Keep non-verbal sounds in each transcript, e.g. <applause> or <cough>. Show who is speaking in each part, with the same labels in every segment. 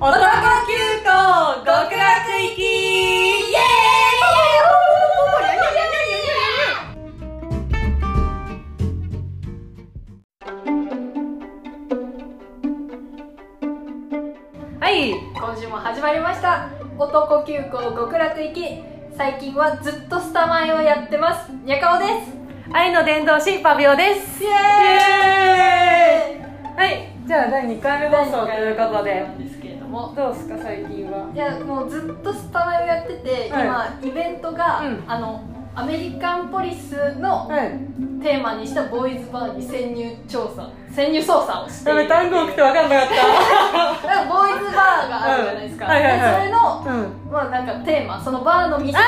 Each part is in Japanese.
Speaker 1: 男急行極楽行きイエーイ
Speaker 2: はい今週も始まりました男急行極楽行き最近はずっとスタマイをやってますにゃかおです愛の伝道師パビオですイエーイはい
Speaker 1: じゃあ第2回目放送ということで
Speaker 2: なんですけれども
Speaker 1: どうすか最近はい
Speaker 2: やもうずっとスタマイをやってて、
Speaker 1: は
Speaker 2: 今イベントが、
Speaker 1: うん
Speaker 2: あのアメリカンポリスの
Speaker 1: はい
Speaker 2: テーマにしたボーイズバーに潜入調査潜入捜査をしてい
Speaker 1: ダ
Speaker 2: る
Speaker 1: メ単語多くて分かんなかっ
Speaker 2: なんかボーイズバーがあるじゃないですか、
Speaker 1: うんはいはいはい
Speaker 2: でそれの、
Speaker 1: たうん
Speaker 2: まあ、なんかテーマそのバーの店のテーマが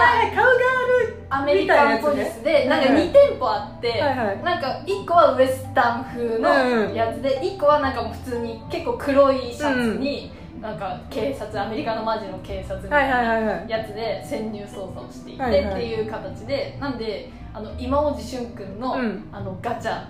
Speaker 1: はい顔がある
Speaker 2: アメリカンポリ
Speaker 1: み
Speaker 2: スで、
Speaker 1: た
Speaker 2: ないん
Speaker 1: なやつね
Speaker 2: か2店舗あって、
Speaker 1: はいはい
Speaker 2: なんか1個はウエスタン風
Speaker 1: うんう
Speaker 2: の
Speaker 1: ん
Speaker 2: やつで1個はなんかもう普通に結構黒いシャツに、なんか警察アメリカのマジの警察み
Speaker 1: は
Speaker 2: たい
Speaker 1: いはい
Speaker 2: な
Speaker 1: はいはい
Speaker 2: やつで潜入捜査をしていて、
Speaker 1: はいはい
Speaker 2: っていう形でなんであの今王子俊君の,、
Speaker 1: うん
Speaker 2: あのガチャ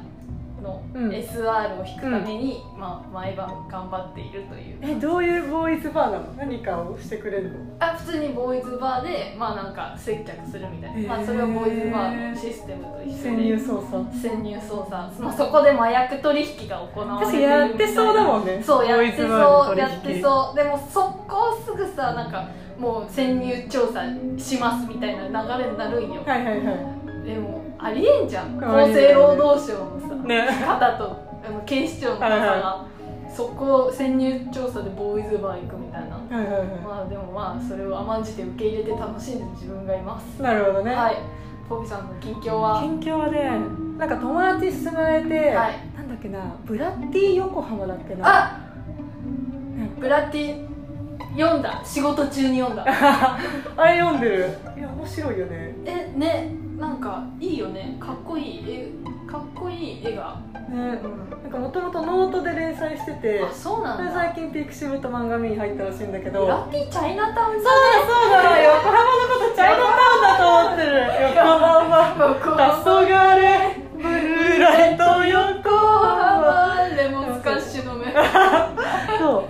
Speaker 2: の
Speaker 1: うん
Speaker 2: SR を引くために、まあ、毎晩頑張っているという
Speaker 1: えどういうボーイズバーなの何かをしてくれるの
Speaker 2: あ普通にボーイズバーでまあなんか接客するみたいな、ま
Speaker 1: へ
Speaker 2: あ、
Speaker 1: ー
Speaker 2: それをボーイズバーのシステムと一緒
Speaker 1: 潜入
Speaker 2: で
Speaker 1: 捜査
Speaker 2: 潜入捜査、まあ、そこで麻薬取引が行われ
Speaker 1: 確
Speaker 2: て
Speaker 1: か
Speaker 2: る
Speaker 1: にやってそうだ
Speaker 2: ん
Speaker 1: もんね
Speaker 2: そうやってそうやって
Speaker 1: う
Speaker 2: そうでもそこをすぐさなんかもう潜入調査しますみたいな流れになるんよ
Speaker 1: はいはいは
Speaker 2: でもありえんじゃん
Speaker 1: かわい
Speaker 2: 厚
Speaker 1: い
Speaker 2: 生労働省のさ、
Speaker 1: いね
Speaker 2: 方とあの警視庁の方
Speaker 1: はい
Speaker 2: がそこを潜入調査でボーイズバー行くみたいな
Speaker 1: はいはいは
Speaker 2: まあでもまあそれを甘んじて受け入れて楽しんでる自分がいます。
Speaker 1: いなるほどね
Speaker 2: はい。ポビさんの近況は
Speaker 1: 近況でなんか友達に勧められて、
Speaker 2: はい
Speaker 1: なんだっけなブラッディ横浜だっけな
Speaker 2: あ、ブラッティ読んだ。仕事中に読んだ。
Speaker 1: <laughs> あれ読んでるいや面白いよね
Speaker 2: えねなんかいいよね。かっこいい絵かっこいい絵が。
Speaker 1: ね
Speaker 2: うん
Speaker 1: なんかもともとノートで連載してて
Speaker 2: あそうな
Speaker 1: それ
Speaker 2: ん
Speaker 1: 最
Speaker 2: だ。
Speaker 1: 近ピクシブと漫画見に入ったらしいんだけ
Speaker 2: ブ
Speaker 1: ど
Speaker 2: ラッティチャイナタウン
Speaker 1: そうだよ横浜のことチャイナタウンだと思ってる横浜は
Speaker 2: そう。ここ
Speaker 1: 黄昏ブルーライト横浜
Speaker 2: レモンスカッシュの目。
Speaker 1: そう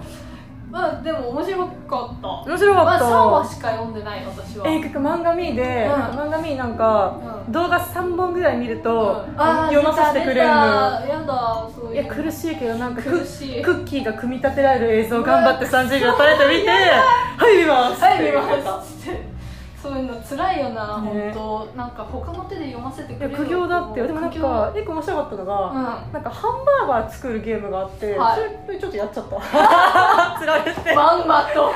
Speaker 2: まあでも面白かった。
Speaker 1: 面白
Speaker 2: ま
Speaker 1: か
Speaker 2: あ
Speaker 1: った、
Speaker 2: 三話しか読んでない私は。
Speaker 1: え結局漫画見で、
Speaker 2: うん
Speaker 1: 漫画見なんか
Speaker 2: うん
Speaker 1: 動画3本ぐらい見ると、
Speaker 2: あー
Speaker 1: 読まさせてくれるのよ
Speaker 2: 出たやだそう
Speaker 1: い
Speaker 2: い
Speaker 1: や
Speaker 2: うの
Speaker 1: 苦しいけどなんかク
Speaker 2: 苦しい
Speaker 1: クッキーが組み立てられる映像を頑張って30秒撮れてみてはい見ます
Speaker 2: はい見ますってそういうの辛いよな、
Speaker 1: ね
Speaker 2: 本当なんか他の手で読ませてく
Speaker 1: い
Speaker 2: れ
Speaker 1: や
Speaker 2: る
Speaker 1: 苦行だってよでもなん
Speaker 2: 苦行
Speaker 1: か一個面白かったの
Speaker 2: う
Speaker 1: が、
Speaker 2: ん
Speaker 1: なんかハンバーガー作るゲームがあって、
Speaker 2: はい
Speaker 1: それちょっとやっちゃった
Speaker 2: <laughs>
Speaker 1: 釣られてなんか
Speaker 2: まんまと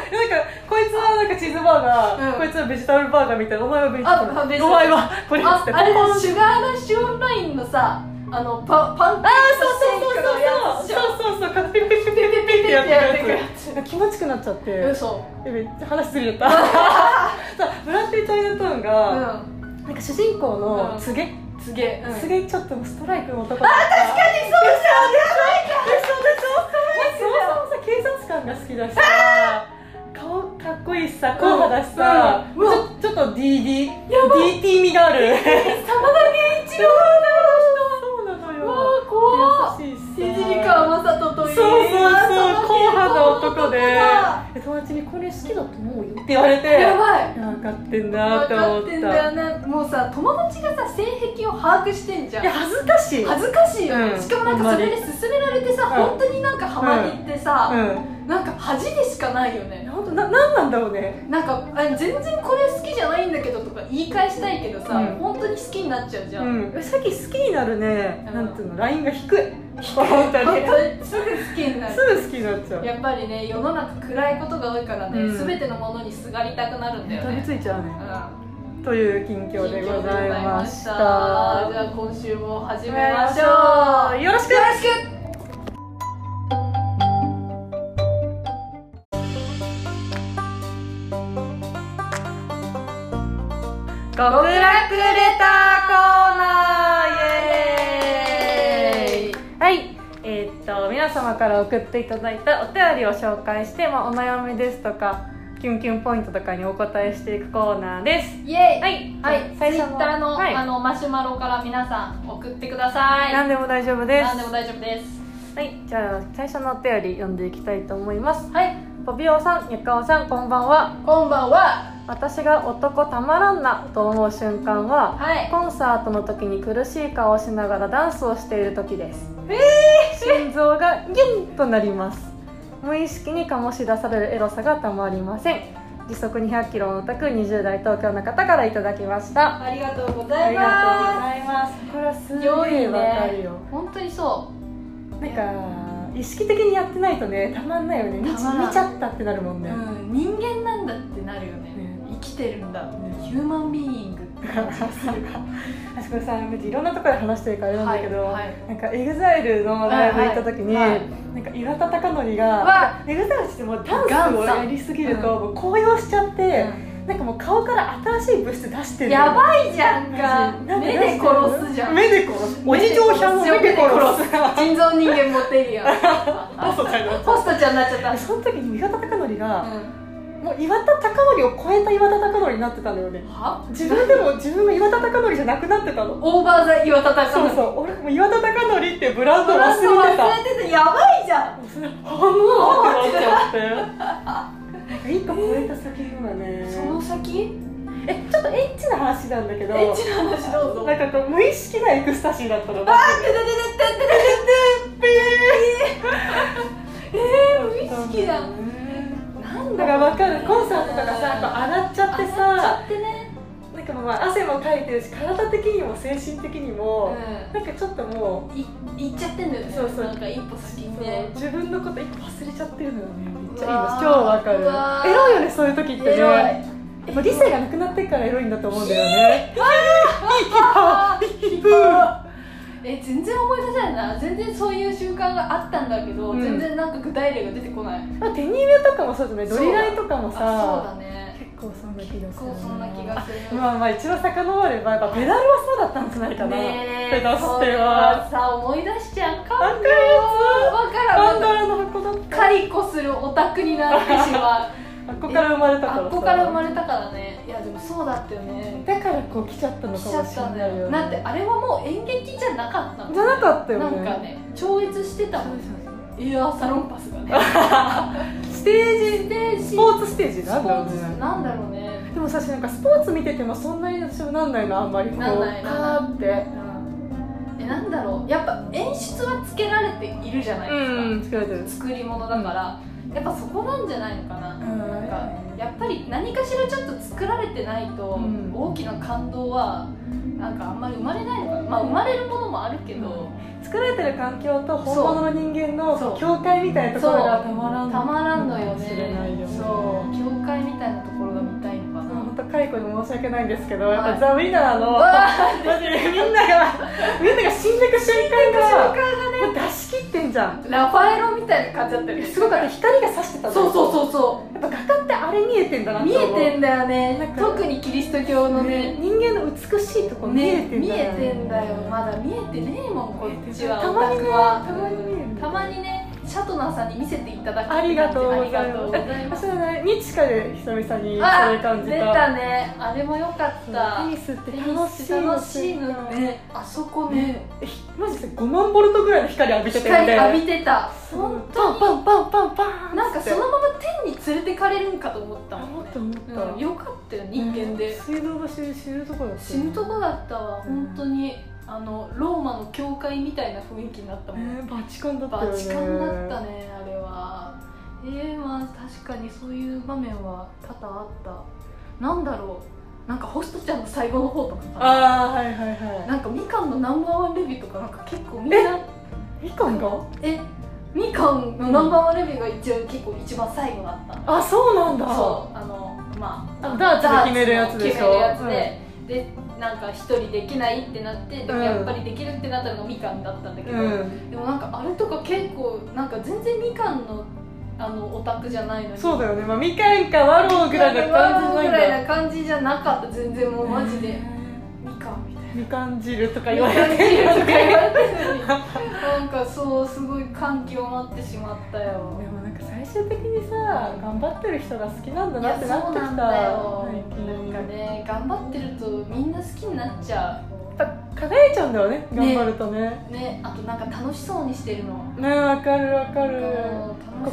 Speaker 1: こいつはなんかチーズバーガー、
Speaker 2: うん
Speaker 1: こいつはベジタブルバーガーみたいなお前はベジタブル
Speaker 2: ああベジタ
Speaker 1: お
Speaker 2: ブル
Speaker 1: 前はこれっつっ
Speaker 2: あ
Speaker 1: て
Speaker 2: あれ
Speaker 1: ポンポン
Speaker 2: だシュガーラッシュオンラインのさあのパパンケー
Speaker 1: そうそうそうそうそうそうそうそう
Speaker 2: キのシェイクのやつでしょ
Speaker 1: そうピピピピピピってやってくやつ気持ちくなっちゃってえ
Speaker 2: 嘘
Speaker 1: めっちゃ話すぎちゃったさブラッディ・チャイナタウン
Speaker 2: う
Speaker 1: が、
Speaker 2: ん
Speaker 1: なんか主人公
Speaker 2: う
Speaker 1: の
Speaker 2: ん
Speaker 1: 告げ、
Speaker 2: すげえ、うん、
Speaker 1: 告
Speaker 2: げ
Speaker 1: げちょっとストライクの男だったあ確かにそうでしょでしょでしょでしょそもそもさ警察官が好きだしさ顔かっこいいしさ硬派だしさ、
Speaker 2: うんうん
Speaker 1: ちょちょっと DD DT 味がある
Speaker 2: 真田源一郎
Speaker 1: そうなの
Speaker 2: う
Speaker 1: よ
Speaker 2: わー怖っ
Speaker 1: 優しい
Speaker 2: 聖
Speaker 1: さ
Speaker 2: 川雅人とい
Speaker 1: そうそ
Speaker 2: い
Speaker 1: うそう
Speaker 2: 真田
Speaker 1: 硬派な男で
Speaker 2: だ
Speaker 1: え友達にこれ好きだと思うよって言われて
Speaker 2: やばい
Speaker 1: 分かってんな
Speaker 2: 分
Speaker 1: って
Speaker 2: か
Speaker 1: 思っ
Speaker 2: って
Speaker 1: た
Speaker 2: んだよねもうさ友達がさ性癖を把握してんじゃ
Speaker 1: いや
Speaker 2: ん
Speaker 1: 恥ずかしい
Speaker 2: 恥ずかしいよ、
Speaker 1: うん
Speaker 2: しかもなん
Speaker 1: ほん
Speaker 2: か
Speaker 1: ま
Speaker 2: そ
Speaker 1: に
Speaker 2: れで勧められてさ、
Speaker 1: うん
Speaker 2: 本当になんかハマりって
Speaker 1: う
Speaker 2: さ、
Speaker 1: ん
Speaker 2: なんか恥でしかないよね
Speaker 1: 本当ななんなんだろうね
Speaker 2: なんかあ全然これ好きじゃないんだけどとか言い返したいけどさ、
Speaker 1: うん
Speaker 2: 本当に好きになっちゃうじ
Speaker 1: う
Speaker 2: ゃん、
Speaker 1: ん最近好きになるね
Speaker 2: うん
Speaker 1: なんていうのラインが低い本当
Speaker 2: 本
Speaker 1: に
Speaker 2: 当にすぐ好きになる
Speaker 1: すぐ好きになっちゃう
Speaker 2: やっぱりね世の中暗いことが多いからね、
Speaker 1: うん
Speaker 2: 全てのものにすがりたくなるんだよ
Speaker 1: 飛び
Speaker 2: ね
Speaker 1: ついちゃうね
Speaker 2: うん
Speaker 1: という近況でございまし
Speaker 2: 近況でございましたじゃあ今週も始
Speaker 1: 始
Speaker 2: めましょう
Speaker 1: よろしくよろしく極楽レターコーナーイエーイはいえーっと皆様から送っていただいたお便りを紹介して、まあ、お悩みですとかキュンキュンポイントとかにお答えしていくコーナーです
Speaker 2: イエイ
Speaker 1: はい
Speaker 2: はい、ツイ
Speaker 1: 最初
Speaker 2: ッターの,、
Speaker 1: はい
Speaker 2: あのマシュマロから皆さん送ってください。
Speaker 1: 何でも大丈夫です
Speaker 2: 何でも大丈夫です。
Speaker 1: はいじゃあ最初のお便り読んでいきたいと思います
Speaker 2: はい
Speaker 1: パビオさんニャカオさんこんばんは
Speaker 2: こんばんは
Speaker 1: 私が男たまらんなと思う瞬間は
Speaker 2: はい
Speaker 1: コンサートの時に苦しい顔をしながらダンスをしている時です
Speaker 2: え
Speaker 1: 心臓がギュンとなります無意識に醸し出されるエロさがたまりません時速200キロのオタク20代東京の方からいただきました
Speaker 2: ありがとうご
Speaker 1: あ
Speaker 2: ざい
Speaker 1: りがとうご
Speaker 2: ま
Speaker 1: ざいますこれはす
Speaker 2: 良
Speaker 1: ご
Speaker 2: い
Speaker 1: い
Speaker 2: ね
Speaker 1: わかるよ、
Speaker 2: す本当にそ
Speaker 1: なんか意識的にやってないとねたまんないよね見ち
Speaker 2: たまらん
Speaker 1: 見ちゃったってなるもん
Speaker 2: う、
Speaker 1: ね、 <laughs>
Speaker 2: うん、人間なんだってなるよね
Speaker 1: ね
Speaker 2: 生きてるんだ、
Speaker 1: ね
Speaker 2: ヒューマンビーイングって感じがする
Speaker 1: あそこさんいろんなところで話してるからあれなんだけど、
Speaker 2: はいはい
Speaker 1: なんかエグザイルのライブ行った時に、
Speaker 2: はいはい
Speaker 1: なんか岩田貴則
Speaker 2: わ
Speaker 1: がエグザイルってもうダンスをやりすぎるともう高揚しちゃって、なんかもう顔から新しい物質出してる
Speaker 2: やばいじゃんか
Speaker 1: なんか
Speaker 2: 目で殺すじゃん
Speaker 1: 目で殺すおじちょうひゃんも目で殺す
Speaker 2: 人造人間モテるやん <laughs>
Speaker 1: あそうだよ
Speaker 2: ホストちゃんになっちゃ
Speaker 1: <laughs>
Speaker 2: っ
Speaker 1: その時に岩田貴則
Speaker 2: た、
Speaker 1: が、もう岩田貴則を超えた岩田貴則になってたのよね
Speaker 2: は
Speaker 1: 自分でも自分が岩田貴則じゃなくなってたの
Speaker 2: オーバーザ岩田貴
Speaker 1: そう
Speaker 2: う
Speaker 1: そう俺も岩田貴則ってブランドを忘れ
Speaker 2: 忘
Speaker 1: てた
Speaker 2: れてたやばいじゃん
Speaker 1: ほんのってなっちゃって一個超えた先のだね
Speaker 2: その先
Speaker 1: えちょっとエッチな話なんだけど
Speaker 2: エッチな話どうぞ
Speaker 1: なんかこう無意識なエクスタシーだったの
Speaker 2: あてててててててててえー無意識だなん
Speaker 1: だからわかるコンサートとかさこう洗っちゃってさ
Speaker 2: ってね
Speaker 1: なんかまあ汗もかいてるし体的にも精神的にも、なんかちょっとも
Speaker 2: い行っちゃってんだよね
Speaker 1: そうそう
Speaker 2: なんか一歩先
Speaker 1: う、
Speaker 2: にね
Speaker 1: 自分のこと一個忘れちゃってるのよねめっちゃいいう
Speaker 2: わ
Speaker 1: の
Speaker 2: ー
Speaker 1: 超わかるエ
Speaker 2: うわー
Speaker 1: ロいよねそういう時ってね
Speaker 2: エロい
Speaker 1: やっぱ理性がなくなってからエロいんだと思うんだよね
Speaker 2: あー
Speaker 1: ヒップー
Speaker 2: え全然思い出せないな全然そういう習慣があったんだけど、
Speaker 1: うん
Speaker 2: 全然なんか具体例が出てこない
Speaker 1: まあ手に入れとかもそうじゃないドリライとかも
Speaker 2: あそう
Speaker 1: さ
Speaker 2: だね
Speaker 1: 結構そんな気が
Speaker 2: 結
Speaker 1: する
Speaker 2: 構そんな気がする
Speaker 1: まあまあ一度遡ればやっぱペダルはそうだったんじゃないかな、
Speaker 2: ね
Speaker 1: ペダス
Speaker 2: そ
Speaker 1: テ
Speaker 2: れ
Speaker 1: は
Speaker 2: はさ思い出しちゃうか
Speaker 1: わか
Speaker 2: ん
Speaker 1: る
Speaker 2: よわから
Speaker 1: パ
Speaker 2: ん
Speaker 1: ン
Speaker 2: なん
Speaker 1: ド
Speaker 2: か
Speaker 1: ラの箱だった
Speaker 2: 解雇するオタクになって
Speaker 1: <laughs>
Speaker 2: しまう
Speaker 1: あっこから生まれたから
Speaker 2: あっこから生まれたからねいやでもそうだったよね
Speaker 1: だからこう来ちゃったの
Speaker 2: 来
Speaker 1: か
Speaker 2: ちゃ
Speaker 1: も
Speaker 2: っ
Speaker 1: した
Speaker 2: ん
Speaker 1: れ
Speaker 2: だ
Speaker 1: ない
Speaker 2: よ
Speaker 1: よ
Speaker 2: だってあれはもう演劇じゃなかった
Speaker 1: じゃなかったよ
Speaker 2: なん
Speaker 1: ね
Speaker 2: かね超越してたもんエアーサロンパスがね
Speaker 1: <laughs> ステージ
Speaker 2: ステージ
Speaker 1: スポーツステージ
Speaker 2: ス
Speaker 1: なん
Speaker 2: ポ
Speaker 1: だろ
Speaker 2: ー
Speaker 1: う
Speaker 2: ツ
Speaker 1: ね
Speaker 2: なんだろうね、
Speaker 1: でもさ私なんかスポーツ見ててもそんなに私もなんないのあんまりこう
Speaker 2: なんない
Speaker 1: カ
Speaker 2: な
Speaker 1: ーって
Speaker 2: えなんだろうやっぱ演出はつけられているじゃないですか、
Speaker 1: うん疲れてる
Speaker 2: 作り物だからやっぱそこなんじゃないのかな,、
Speaker 1: うん
Speaker 2: なんかやっぱり何かしらちょっと作られてないと、
Speaker 1: うん
Speaker 2: 大きな感動はなんかあんまり生まれないのかなまあ生まれるものもあるけど、
Speaker 1: 作られてる環境と本物の人間
Speaker 2: そう
Speaker 1: の境界みたいなところがたまらん
Speaker 2: たまらんのよね
Speaker 1: 知れないよね
Speaker 2: そう教会みたいなところが見たいのかな、
Speaker 1: 本当解雇に申し訳ないんですけど、やっ
Speaker 2: はい
Speaker 1: ぱザ・ウィナーの
Speaker 2: うわ
Speaker 1: マジでみんながみんなが死んでく瞬間が
Speaker 2: 瞬
Speaker 1: もう出し切ってんじゃん
Speaker 2: ラファエロみたいな感じだったよね
Speaker 1: すごくあれ光が差してたの
Speaker 2: そうそうそうそう
Speaker 1: やっぱ画家ってあれ見えてんだな
Speaker 2: 見えて
Speaker 1: ん
Speaker 2: んだよ
Speaker 1: なん
Speaker 2: ね
Speaker 1: か
Speaker 2: 特にキリスト教のね
Speaker 1: 人間の美しいとこ見えてん
Speaker 2: 見
Speaker 1: だ
Speaker 2: えてんだよ
Speaker 1: ま
Speaker 2: まだ見えてねえもんこっちは
Speaker 1: たまにね
Speaker 2: オタクは
Speaker 1: たまに見える
Speaker 2: たまにねシャトナーさんに見せていただく
Speaker 1: ありがとうございます
Speaker 2: ありがとうございます
Speaker 1: そうだね日課で久々にそういう
Speaker 2: あ
Speaker 1: 感じ
Speaker 2: 出たねあれも良かった
Speaker 1: テニスって
Speaker 2: テニ
Speaker 1: 楽し
Speaker 2: ス
Speaker 1: いよ
Speaker 2: 楽しいのねあそこね
Speaker 1: えマジで5万ボルトぐらいの光浴びてたよ
Speaker 2: 光
Speaker 1: ね
Speaker 2: 浴びてた
Speaker 1: そう
Speaker 2: 本当
Speaker 1: パンパンパンパンパン
Speaker 2: なんかその
Speaker 1: っ
Speaker 2: まま天に連れてかれるんかと思った
Speaker 1: て
Speaker 2: も
Speaker 1: 思
Speaker 2: んね
Speaker 1: った思った、
Speaker 2: うん、よかったよ人間で
Speaker 1: 水道橋死ぬとこだった
Speaker 2: 死ぬとこだったわ本当にあのローマの教会みたいな雰囲気になった
Speaker 1: え
Speaker 2: もん、
Speaker 1: ー、バチカンだったよね
Speaker 2: バチカンだったねあれはえー、まあ確かにそういう場面は多々あったなんだろうなんかホストちゃんの最後の方とかさ
Speaker 1: ああはいはいは
Speaker 2: なんかみかんのナンバーワンレビューとかなんか結構みんな
Speaker 1: えみかんが
Speaker 2: えみかんのナンバーワンレビューが一応結構一番最後だった
Speaker 1: あそうなんだ
Speaker 2: そうあのまあ
Speaker 1: あダーツで決めるやつでしょ
Speaker 2: ダーツの決めるやつで、でなんか一人できないってなってでも
Speaker 1: うん
Speaker 2: やっぱりできるってなったのがみかんだったんだけど、
Speaker 1: うん
Speaker 2: でもなんかあれとか結構なんか全然みかんのあのオタクじゃないのに
Speaker 1: そうだよね、まあ、みかんかワローぐらいの感じじゃないん
Speaker 2: ぐら
Speaker 1: だ
Speaker 2: いな感じじゃなかった全然もうマジで、
Speaker 1: へ
Speaker 2: みかんみたいな。
Speaker 1: ーみかん汁とか
Speaker 2: み
Speaker 1: 言わ
Speaker 2: かん
Speaker 1: れ
Speaker 2: 汁
Speaker 1: て
Speaker 2: と
Speaker 1: る
Speaker 2: か
Speaker 1: よ
Speaker 2: 言わ
Speaker 1: ね
Speaker 2: れてるのになんかそうすごい感極まってしまったよ
Speaker 1: でもなんか最終的にさ頑張ってる人が好きなんだ
Speaker 2: い
Speaker 1: な
Speaker 2: や
Speaker 1: っ
Speaker 2: そ
Speaker 1: て
Speaker 2: う
Speaker 1: なってきた
Speaker 2: なんだよ
Speaker 1: 最近
Speaker 2: なんかね頑張ってるとみんな好きになっちゃう
Speaker 1: やっぱ輝いちゃうんだよね頑
Speaker 2: ね
Speaker 1: 張るとね
Speaker 2: ねあとなんか楽しそうにしてるの
Speaker 1: ねわかるわかる
Speaker 2: 楽し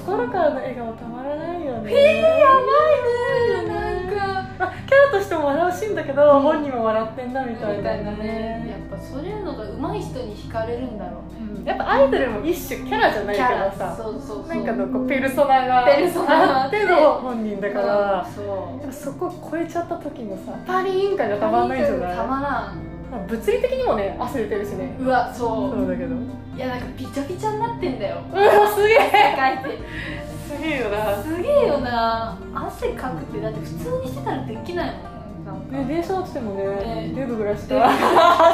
Speaker 2: そう
Speaker 1: 心からの笑顔たまらないよね
Speaker 2: やばいねなんか
Speaker 1: まあキャラとしても笑うシーンだけど、
Speaker 2: うん
Speaker 1: 本人も笑ってんだみ
Speaker 2: み
Speaker 1: た
Speaker 2: た
Speaker 1: い
Speaker 2: い
Speaker 1: な
Speaker 2: なねやっぱそういうのが上手い人に惹かれるんだろうね
Speaker 1: うんやっぱアイドルも一種キャラじゃないからさ
Speaker 2: そうそうそう
Speaker 1: なんかのこうペルソナが
Speaker 2: ペルソナが
Speaker 1: あっての本人だから、
Speaker 2: うんそう
Speaker 1: やっぱそこを超えちゃった時のさパリーン感がたまらないんじゃない
Speaker 2: たまらん
Speaker 1: まあ物理的にもね汗出てるしね
Speaker 2: うわそう
Speaker 1: そうだけどう
Speaker 2: いやなんかピチャピチャになってんだよ
Speaker 1: わすげえ
Speaker 2: 汗かいて
Speaker 1: すげえよな、
Speaker 2: すげえよな汗かくってだって普通にしてたらできないもんなん
Speaker 1: ね、
Speaker 2: か
Speaker 1: 電車落ちてもね
Speaker 2: ね
Speaker 1: デブぐらいしか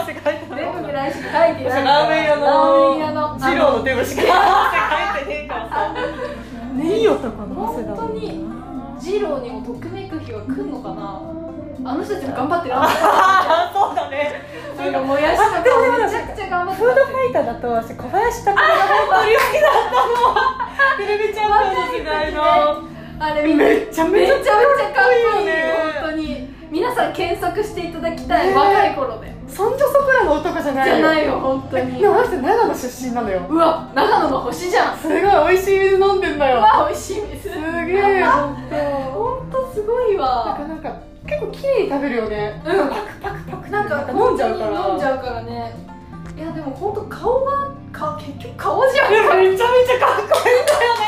Speaker 1: 汗かいてない
Speaker 2: 全部ぐ
Speaker 1: い
Speaker 2: らいしか書いてない
Speaker 1: ラーメン屋の
Speaker 2: ラーメン屋の
Speaker 1: 二郎のデブしか <laughs> 汗かいてねえからさ
Speaker 2: あの
Speaker 1: いい男の汗だ
Speaker 2: 本当に二郎にも特命区日は来るのかなあの人たちも頑張ってるあの
Speaker 1: ああそうだね
Speaker 2: 人たちが燃やしたからめちゃくちゃ頑張って
Speaker 1: フードファイターだと私小林拓郎が本当に好きだったのテレビチャンピオンの時代の
Speaker 2: あれめ
Speaker 1: めっちゃめ
Speaker 2: ち
Speaker 1: ち
Speaker 2: ゃ
Speaker 1: ゃ
Speaker 2: めちゃかっこいいよね
Speaker 1: かっ
Speaker 2: 本当に皆さん検索していただきたい、
Speaker 1: ね
Speaker 2: 若い頃で
Speaker 1: そんじょそこらの男じゃない
Speaker 2: じゃないいよ本当に
Speaker 1: でもあの人長野出身なのよ
Speaker 2: うわ長野の星じゃんう
Speaker 1: すごい美味しい水飲んでんだよ
Speaker 2: わ美味しい
Speaker 1: す
Speaker 2: 水
Speaker 1: げえ本当
Speaker 2: 本当すご
Speaker 1: な
Speaker 2: い
Speaker 1: んか
Speaker 2: わ
Speaker 1: なんか結構綺麗に食べるよね
Speaker 2: うん
Speaker 1: パクパクパク
Speaker 2: なんか
Speaker 1: 飲んじゃうか
Speaker 2: 本当に
Speaker 1: ら
Speaker 2: 飲んじゃうからねいやでも本当顔はか結局顔じゃん本
Speaker 1: めちゃめちゃかっこいいんだよね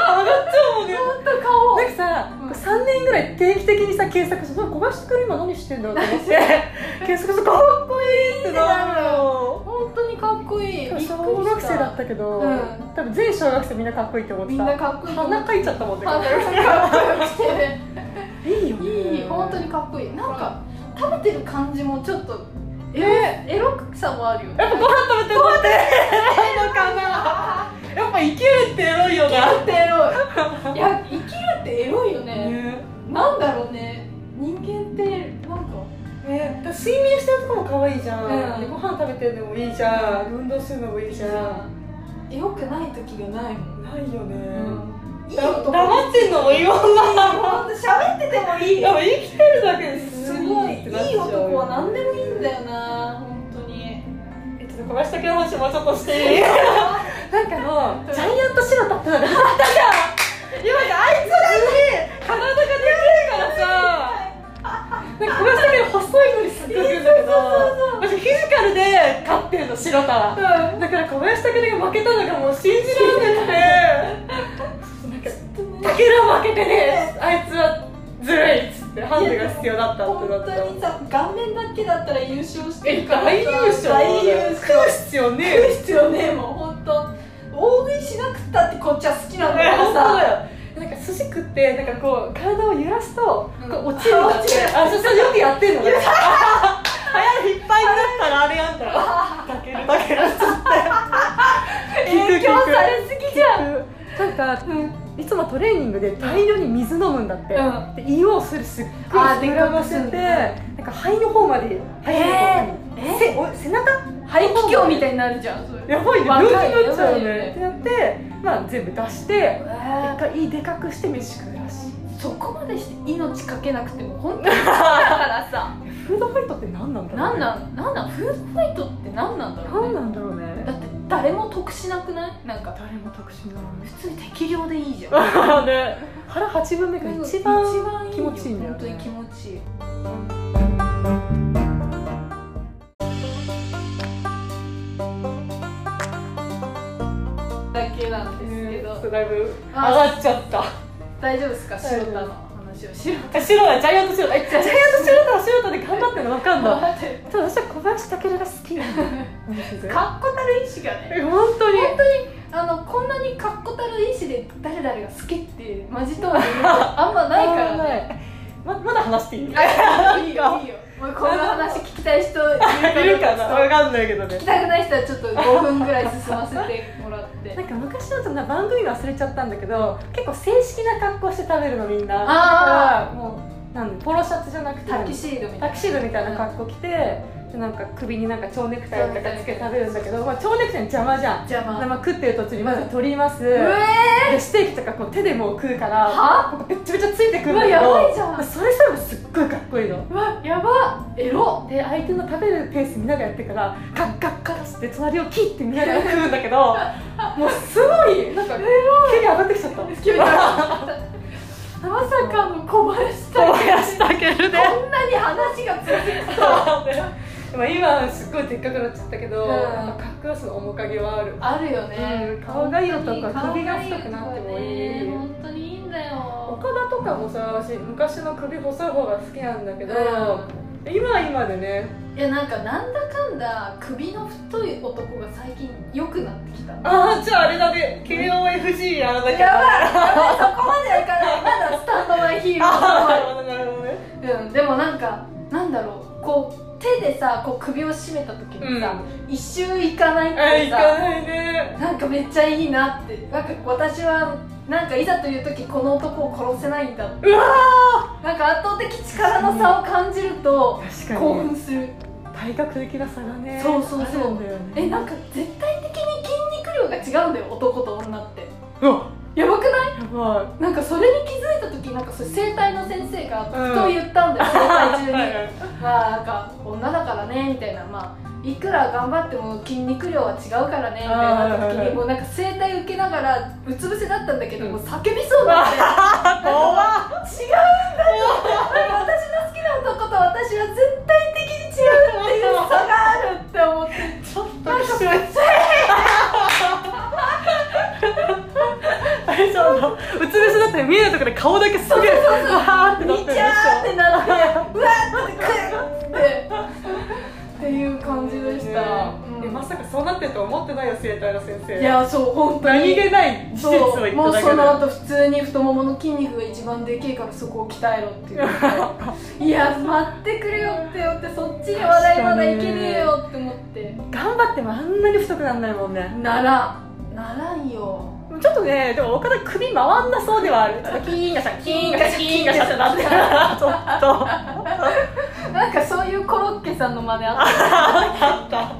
Speaker 1: 上がっちゃうもんね
Speaker 2: 当顔
Speaker 1: なんかさ、
Speaker 2: うん
Speaker 1: 3年ぐらい定期的にさ検索して「小林君今何してんだろう?」と思って <laughs> 検索するとかっこいいってなるのよ
Speaker 2: 本当にかっこいいびっくりした
Speaker 1: 小学生だったけど、
Speaker 2: うん
Speaker 1: 多分全小学生みんなかっこいいって思って
Speaker 2: みん
Speaker 1: た
Speaker 2: なかっこいい
Speaker 1: 鼻かいちゃったもんね
Speaker 2: 鼻かっこよくてね
Speaker 1: いいよね
Speaker 2: いい本当にかっこいいなんか食べてる感じもちょっとエロ,、エロくさもあるよね
Speaker 1: やっぱご飯食べてるのってないのかなやっぱ生きるってエロいよな
Speaker 2: だってエロいいや生きるってエロいよね
Speaker 1: ね
Speaker 2: なんだろうね人間ってなんか
Speaker 1: ね、だから睡眠してるとこも可愛いじゃん、
Speaker 2: うん
Speaker 1: でご飯食べてるのもいいじゃん運動するのもいいじゃ
Speaker 2: エロくない時がないも
Speaker 1: ん
Speaker 2: ん
Speaker 1: ないよね、
Speaker 2: いい
Speaker 1: だ
Speaker 2: 男
Speaker 1: 黙ってんのもいい
Speaker 2: <laughs>
Speaker 1: 女なの
Speaker 2: ほんと喋っててもいい
Speaker 1: でも生きてるだけです
Speaker 2: すごいいい男は
Speaker 1: ん
Speaker 2: 何でもいいんだよな本当に
Speaker 1: えちょっと小林武の話もうちょっとしていい <laughs> なんかのジャイアントシロタってのがあったじゃん今あいつだけ体がでかいからさなんか小林武細いのにすっごい食うんだけど私フィジカルで勝ってんのシロタはだから小林武が負けたのがもう信じられなくて「武田負けてねあいつはずるい」っつってハンデが必要だったってな
Speaker 2: 本
Speaker 1: った
Speaker 2: 当にさ顔面だけだったら優勝して
Speaker 1: え
Speaker 2: るから
Speaker 1: 大優勝
Speaker 2: 大優勝
Speaker 1: 食う必要ねえ
Speaker 2: 必要ねもう本当大食いしなくったってこっちは好きなんだから
Speaker 1: 本当
Speaker 2: さ
Speaker 1: だよなんか寿司食ってなんかこう体を揺らすと、
Speaker 2: うん
Speaker 1: こう落ちるんだっ
Speaker 2: 落ち
Speaker 1: て
Speaker 2: る
Speaker 1: あそれよくやってんのね早いいっぱいになったらあれやんだよかけるだけだっつって
Speaker 2: 影響されすぎじゃん
Speaker 1: ゃんなんか、いつもトレーニングで大量に水飲むんだって、
Speaker 2: うん
Speaker 1: で胃をするすっごい
Speaker 2: あー
Speaker 1: 膨らませて
Speaker 2: でかくする
Speaker 1: なんか肺の方まで肺の方まで
Speaker 2: えー
Speaker 1: せお背中
Speaker 2: 肺気胸みたいになるじゃんそれ
Speaker 1: やばいね
Speaker 2: 若
Speaker 1: 病
Speaker 2: い
Speaker 1: 気になっちゃうね
Speaker 2: やばいよね
Speaker 1: ってなってまあ全部出して一
Speaker 2: え
Speaker 1: 回胃でかくして飯食うらしい
Speaker 2: ーそこまでして命かけなくても本当にだから <laughs> さ
Speaker 1: フードファイトって何なんだろう
Speaker 2: なん
Speaker 1: ね
Speaker 2: なんなんなんフードファイトって何なんだろう
Speaker 1: 何な
Speaker 2: ね
Speaker 1: んだろうね
Speaker 2: だって誰も得しなくないなんか
Speaker 1: 誰も得し
Speaker 2: 普通に適量でいいじゃん
Speaker 1: ないね腹八分目が一番
Speaker 2: い
Speaker 1: 気持ちいいんだよね
Speaker 2: 本当に気持ちいいだけなんですけ
Speaker 1: え
Speaker 2: ど、
Speaker 1: ーだいぶ上
Speaker 2: あ
Speaker 1: がっちゃった
Speaker 2: 大丈夫ですか白田の話を白
Speaker 1: え白はジャイアントシロタえジャイアントシロタはシロタで頑張ってるの分かん
Speaker 2: 田
Speaker 1: だ
Speaker 2: <laughs> 待って
Speaker 1: ただ私は小林武が好きなんだよマジで
Speaker 2: かっこたる意志がね
Speaker 1: え本当に
Speaker 2: 本当にあのこんなにかっこたる意志で誰々が好きってマジとは言うことあんまないからね
Speaker 1: らねままだ話していいいる
Speaker 2: いいよいいよもうこの話聞きたい人いるから
Speaker 1: かな分かんないけどね
Speaker 2: 聞きたくない人はちょっと5分ぐらい進ませてもらっ
Speaker 1: なん
Speaker 2: て
Speaker 1: か昔のとな番組の忘れちゃったんだけど結構正式な格好して食べるのみんな
Speaker 2: あ
Speaker 1: だからもうなんだポロシャツじゃなくて
Speaker 2: タキシードみたい
Speaker 1: タ
Speaker 2: な
Speaker 1: キシードみたいな格好着て、でなんか首になんか蝶ネクタイとかつけて食べるんだけど、まあ、蝶ネクタイ邪魔じゃん
Speaker 2: 邪魔
Speaker 1: 生食ってる途中にまず取ります、
Speaker 2: うえ
Speaker 1: でステーキとかこう手でもう食うから
Speaker 2: は
Speaker 1: べっちゃべちゃついてくるんだ
Speaker 2: うわ
Speaker 1: け
Speaker 2: やばい
Speaker 1: ど
Speaker 2: じゃん
Speaker 1: それさえもすっごいかっこいいの
Speaker 2: うわやばエロ
Speaker 1: で相手の食べるペース見ながらやってからガッガッガラスって隣をキッて見ながら食うんだけどもうすごいなんか急に上がってきちゃった
Speaker 2: 急に上がまさかの小林
Speaker 1: 小
Speaker 2: さん
Speaker 1: 林健で
Speaker 2: こんなに話が続く
Speaker 1: でも今すっごいでっかくなっちゃったけど、
Speaker 2: うん
Speaker 1: やっぱカッコよさの面影はある
Speaker 2: あるよね、
Speaker 1: うん顔がいい男は首が太くなってもいい
Speaker 2: 顔が男はね本当にいいんだよ
Speaker 1: 岡田とかもさ私昔の首細い方が好きなんだけど、
Speaker 2: う
Speaker 1: 今は今でね
Speaker 2: んいやなんかなんだかんだ首の太い男が最近良くなってきた
Speaker 1: ああじゃああれだね KOFG やらなきゃ
Speaker 2: やばいやばいそこまではいかないまだスタンドバイヒーロー
Speaker 1: <laughs> ああなるほどね
Speaker 2: うん、でもなんかなんだろうこう手でさこう首を絞めた時にさ、一周いかないっ
Speaker 1: あ
Speaker 2: て
Speaker 1: い
Speaker 2: い
Speaker 1: うか
Speaker 2: さ
Speaker 1: ないね
Speaker 2: なんかめっちゃいいなってなんか私はなんかいざという時この男を殺せないんだって
Speaker 1: うわ
Speaker 2: なんか圧倒的力の差を感じると
Speaker 1: 確
Speaker 2: 興奮する
Speaker 1: 体格的な差がね
Speaker 2: そうそうそう
Speaker 1: あるんだよね
Speaker 2: えなんか絶対的に筋肉量が違うんだよ男と女って
Speaker 1: うわ
Speaker 2: やばくない
Speaker 1: やば
Speaker 2: なんかそれに気づいた時なんかそれ整体の先生がふと言ったんだよ、整体
Speaker 1: <laughs> い
Speaker 2: 中にまあなんか女だからねみたいなまあいくら頑張っても筋肉量は違うからねみたいななった時
Speaker 1: はいはいは
Speaker 2: に
Speaker 1: い
Speaker 2: もうなんか整体受けながらうつ伏せだったんだけど、
Speaker 1: うん
Speaker 2: もう叫びそうだってな
Speaker 1: <laughs>
Speaker 2: んか
Speaker 1: 怖
Speaker 2: 違うんだってなんか私の好きな男と私は絶対的に違うっていう差があるって思って
Speaker 1: ちょっときついあれそうなのうつ伏せだって見えないところで顔だけすげえわーってなってる
Speaker 2: に
Speaker 1: で
Speaker 2: ち
Speaker 1: し
Speaker 2: ゃーっ
Speaker 1: ょ
Speaker 2: てなってうわーってくってっていう感じでした、
Speaker 1: え
Speaker 2: うん
Speaker 1: まさかそうなってると思ってないよ生体の先生
Speaker 2: いやそう本当
Speaker 1: 何
Speaker 2: に
Speaker 1: 気ない事
Speaker 2: そ
Speaker 1: 実を言
Speaker 2: うも
Speaker 1: っ
Speaker 2: う
Speaker 1: ただけで
Speaker 2: その後普通に太ももの筋肉が一番でけえからそこを鍛えろって言っていや待ってくれよってよってそっちに話題まだいけねえよって思って
Speaker 1: 頑張ってもあんなに太くなんないもんね
Speaker 2: ならんならんよ
Speaker 1: ちょっとねでも岡田首回んなそうではあるちょっとキーンガシャキーンガシャキーンガシャってなってるちょっと
Speaker 2: なんかそういうコロッケさんの真似あっ
Speaker 1: あった
Speaker 2: た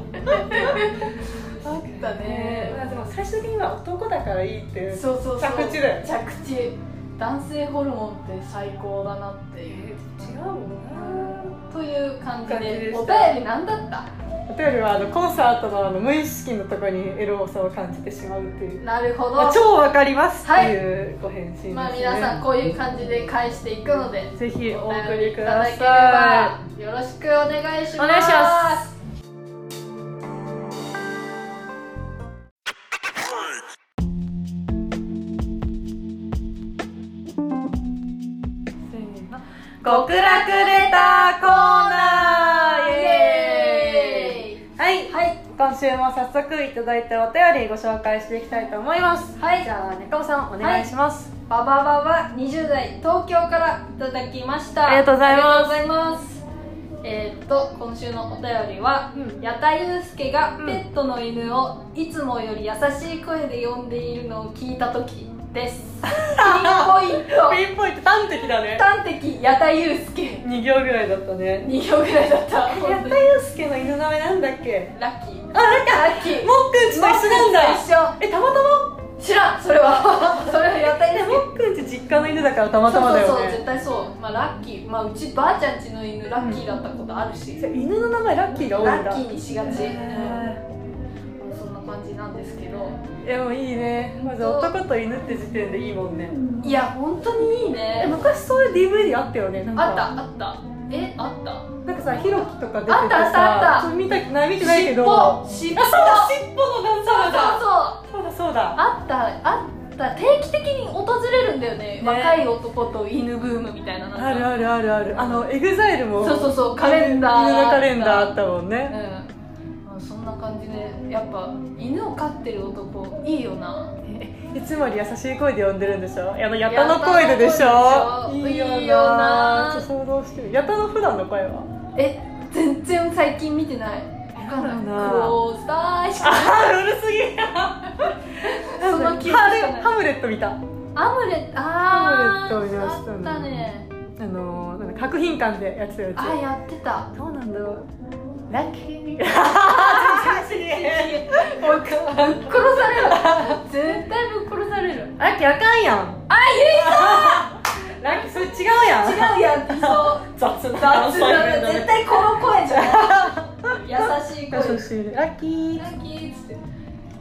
Speaker 2: あったね
Speaker 1: ねでも最終的には男だからいいっていう
Speaker 2: そうそうそう
Speaker 1: 着地だよ
Speaker 2: 着地男性ホルモンって最高だなっていう
Speaker 1: 違うもんな
Speaker 2: という感じ
Speaker 1: 感じ
Speaker 2: で
Speaker 1: でし
Speaker 2: お便
Speaker 1: た
Speaker 2: り何だった
Speaker 1: お便りはあのコンサートのあの無意識のところにエロさを感じてしまうっていう、
Speaker 2: なるほど
Speaker 1: まあ、超わかりますっていうご返信ですね、
Speaker 2: まあ皆さんこういう感じで返していくので
Speaker 1: ぜひお
Speaker 2: お
Speaker 1: 送
Speaker 2: 送
Speaker 1: り
Speaker 2: り
Speaker 1: く
Speaker 2: く
Speaker 1: ださ
Speaker 2: ださ
Speaker 1: い
Speaker 2: いただければよろしくお願いします
Speaker 1: お願いしますせーの極楽レターコーナーイエーイ
Speaker 2: イエ
Speaker 1: はい
Speaker 2: ーイはい
Speaker 1: 今週も早速いただいたお便りご紹介していきたいと思います
Speaker 2: はい
Speaker 1: じゃあ中尾さんお願いします、
Speaker 2: ババババ20代東京からいただきました
Speaker 1: ありがとうございます
Speaker 2: ありがとうございますえーっと今週のお便りは、
Speaker 1: うん
Speaker 2: 矢田祐介が
Speaker 1: う
Speaker 2: ペ
Speaker 1: ん
Speaker 2: ットの犬をいつもより優しい声で呼んでいるのを聞いた時ですピンポイント
Speaker 1: ピンポイント端的だね
Speaker 2: 端的矢田祐介
Speaker 1: 2行ぐらいだったね
Speaker 2: 2行ぐらいだった
Speaker 1: え
Speaker 2: 本
Speaker 1: や
Speaker 2: 当
Speaker 1: っ
Speaker 2: に
Speaker 1: たゆうすけの犬の名前なんだっけ
Speaker 2: ラッキー
Speaker 1: あなんか
Speaker 2: ラッキー
Speaker 1: もっくんちと一緒なんだ
Speaker 2: 一緒
Speaker 1: えたまたま
Speaker 2: 知らんそれ
Speaker 1: <laughs>
Speaker 2: はそれはやった
Speaker 1: え
Speaker 2: ら
Speaker 1: もっくんち実家の犬だからたまたまだ
Speaker 2: そう
Speaker 1: よ
Speaker 2: そうそう
Speaker 1: ね
Speaker 2: 絶対そうまあラッキーまあうちばあちゃん家の犬ラッキーだったことあるし、
Speaker 1: じゃあ犬の名前ラッキーが多いんだ
Speaker 2: ラッキーにしがち、
Speaker 1: へ
Speaker 2: うんそんな感じなんですけど
Speaker 1: ーでもいいねまず男と犬って時点でいいもんね
Speaker 2: いや本当にいい
Speaker 1: え
Speaker 2: ね
Speaker 1: 昔そういう DVD あったよねなんか
Speaker 2: あったあったえあった
Speaker 1: なんかさ、ひろきとか出ててさ
Speaker 2: あったあったあった
Speaker 1: ちょと見たない見てないけど
Speaker 2: 尻尾尻尾
Speaker 1: あ、そうだ、尻尾のなん
Speaker 2: そうそ
Speaker 1: だ
Speaker 2: う
Speaker 1: だ
Speaker 2: そ
Speaker 1: そ
Speaker 2: う
Speaker 1: うだそうだ
Speaker 2: あったあった定期的に訪れるんだよね
Speaker 1: ね
Speaker 2: 若い男と犬ブームみたいななんか
Speaker 1: あるあるあるあるあの、エグザイルも
Speaker 2: そうそうそうカレンダー
Speaker 1: 犬のカレンダーあったもんね
Speaker 2: うんそんな感じでやっぱ犬を飼ってる男いいよない
Speaker 1: つもより優しい声で呼んでるんでしょあの、やたの声ででしょ
Speaker 2: やたの声でしょ
Speaker 1: ない
Speaker 2: いよな
Speaker 1: ちょっと想像してるやたの普段の声 <laughs> は
Speaker 2: え全然最近見てないわかんない
Speaker 1: そう
Speaker 2: ク
Speaker 1: だな
Speaker 2: ローザーしか
Speaker 1: あー、うるすぎ
Speaker 2: その記憶しか
Speaker 1: ハ
Speaker 2: ない
Speaker 1: レハムレット見た
Speaker 2: アムレットあー
Speaker 1: アムレット見ましたね
Speaker 2: あったね
Speaker 1: あの、なんか、博品館でやってたや
Speaker 2: あやってた
Speaker 1: つどうなんだろうラッキー
Speaker 2: もうぶっ殺される絶対ぶっ殺される
Speaker 1: ラッキーあかんやん
Speaker 2: あ言
Speaker 1: ラッキーそれ違うやん
Speaker 2: い違うやんって言いそう
Speaker 1: 雑な
Speaker 2: 雑
Speaker 1: 関西弁
Speaker 2: だ
Speaker 1: だ
Speaker 2: ね
Speaker 1: ね
Speaker 2: 絶対この声じゃない優しい声
Speaker 1: 優しいねラッキー
Speaker 2: ラッキーっつって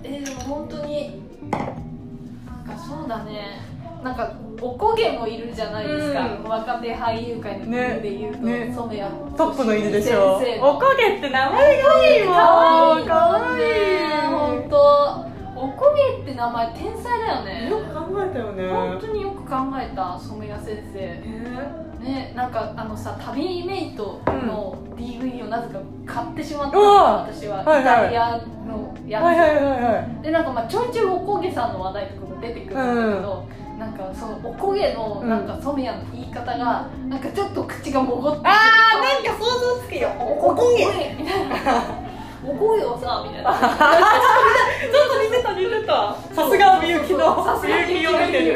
Speaker 2: えー、でも本当になんかそうだねなんかおこげもいるじゃないですか、
Speaker 1: うん
Speaker 2: 若手俳優界の
Speaker 1: ね
Speaker 2: 犬でいうと、
Speaker 1: ね
Speaker 2: 染谷
Speaker 1: トップの犬でしょ
Speaker 2: 先生
Speaker 1: おこげって名前がいいもん
Speaker 2: 可愛い
Speaker 1: かわ
Speaker 2: 本当おこげって名前天才だよね
Speaker 1: く考えたよね
Speaker 2: 本当によく考えた染谷先生ねなんかあのさ旅メイトの DVD をなぜか買ってしまったの、
Speaker 1: うわ
Speaker 2: 私は、
Speaker 1: はいはい
Speaker 2: イタリアのやつ、
Speaker 1: はいはいはいはい
Speaker 2: でなんかまあちょいちょいおこげさんの話題とかも出てくるんだけど、なんかそのおこげの
Speaker 1: うん
Speaker 2: なんか染谷の言い方が、なんかちょっと口がもごって
Speaker 1: あーなんか想像つくよおこげちょっ
Speaker 2: み
Speaker 1: <laughs>
Speaker 2: たいなおこげをさみたいな
Speaker 1: と似てた似てたさすがみゆきの
Speaker 2: さすがみゆき
Speaker 1: を
Speaker 2: の
Speaker 1: 見てる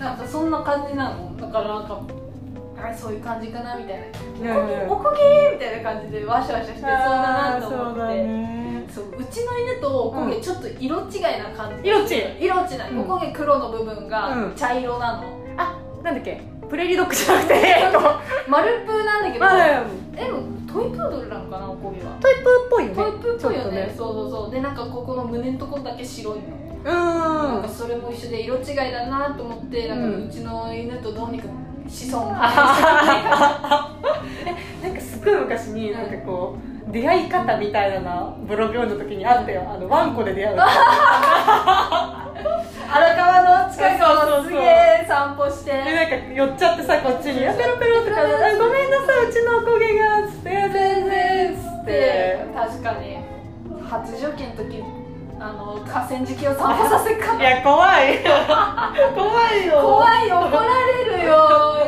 Speaker 2: なんかそんな感じなのだからなんかあそういう感じかなみたいな
Speaker 1: うんうん
Speaker 2: おこげみたいな感じでワシャワシャしてそうだなと
Speaker 1: あーそう
Speaker 2: 思っ
Speaker 1: だ
Speaker 2: て
Speaker 1: ね
Speaker 2: そううちの犬とおこげちょっと色違いな感じ、
Speaker 1: 色違
Speaker 2: 色違い、
Speaker 1: うん
Speaker 2: おこげ黒の部分が
Speaker 1: うん
Speaker 2: 茶色なの、
Speaker 1: なんだっけプレリドッグじゃなくてえっと
Speaker 2: 丸プーなんだけ
Speaker 1: <laughs>
Speaker 2: ど、
Speaker 1: まあ
Speaker 2: でもトイプードルなのかなおこげは
Speaker 1: トイプーっぽいよね
Speaker 2: トイプーっぽいよね
Speaker 1: ちょっ
Speaker 2: そうそうそうでなんかここの胸のとこだけ白いの、
Speaker 1: とねう
Speaker 2: なん
Speaker 1: ー
Speaker 2: か
Speaker 1: ん
Speaker 2: それも一緒で色違いだなと思ってなんか
Speaker 1: うん
Speaker 2: うちの犬とどうにか子孫
Speaker 1: <laughs>
Speaker 2: が
Speaker 1: なんかすごい昔になんかこう出会い方みたいななブログ読んだ時にあったよあのワンコで出会う
Speaker 2: 荒川の近く
Speaker 1: そうそうそ
Speaker 2: を
Speaker 1: う
Speaker 2: すげえ散歩
Speaker 1: <laughs>
Speaker 2: して
Speaker 1: でなんか寄っちゃってさこっちに「あペロペロ」とか「あごめんなさいうちのおこげが」つって「全然」つっ
Speaker 2: で
Speaker 1: て
Speaker 2: 確かに発情期の時あの河川敷を散歩させ
Speaker 1: <laughs>
Speaker 2: か
Speaker 1: いや怖い怖いよ
Speaker 2: 怖いよ怒られるよ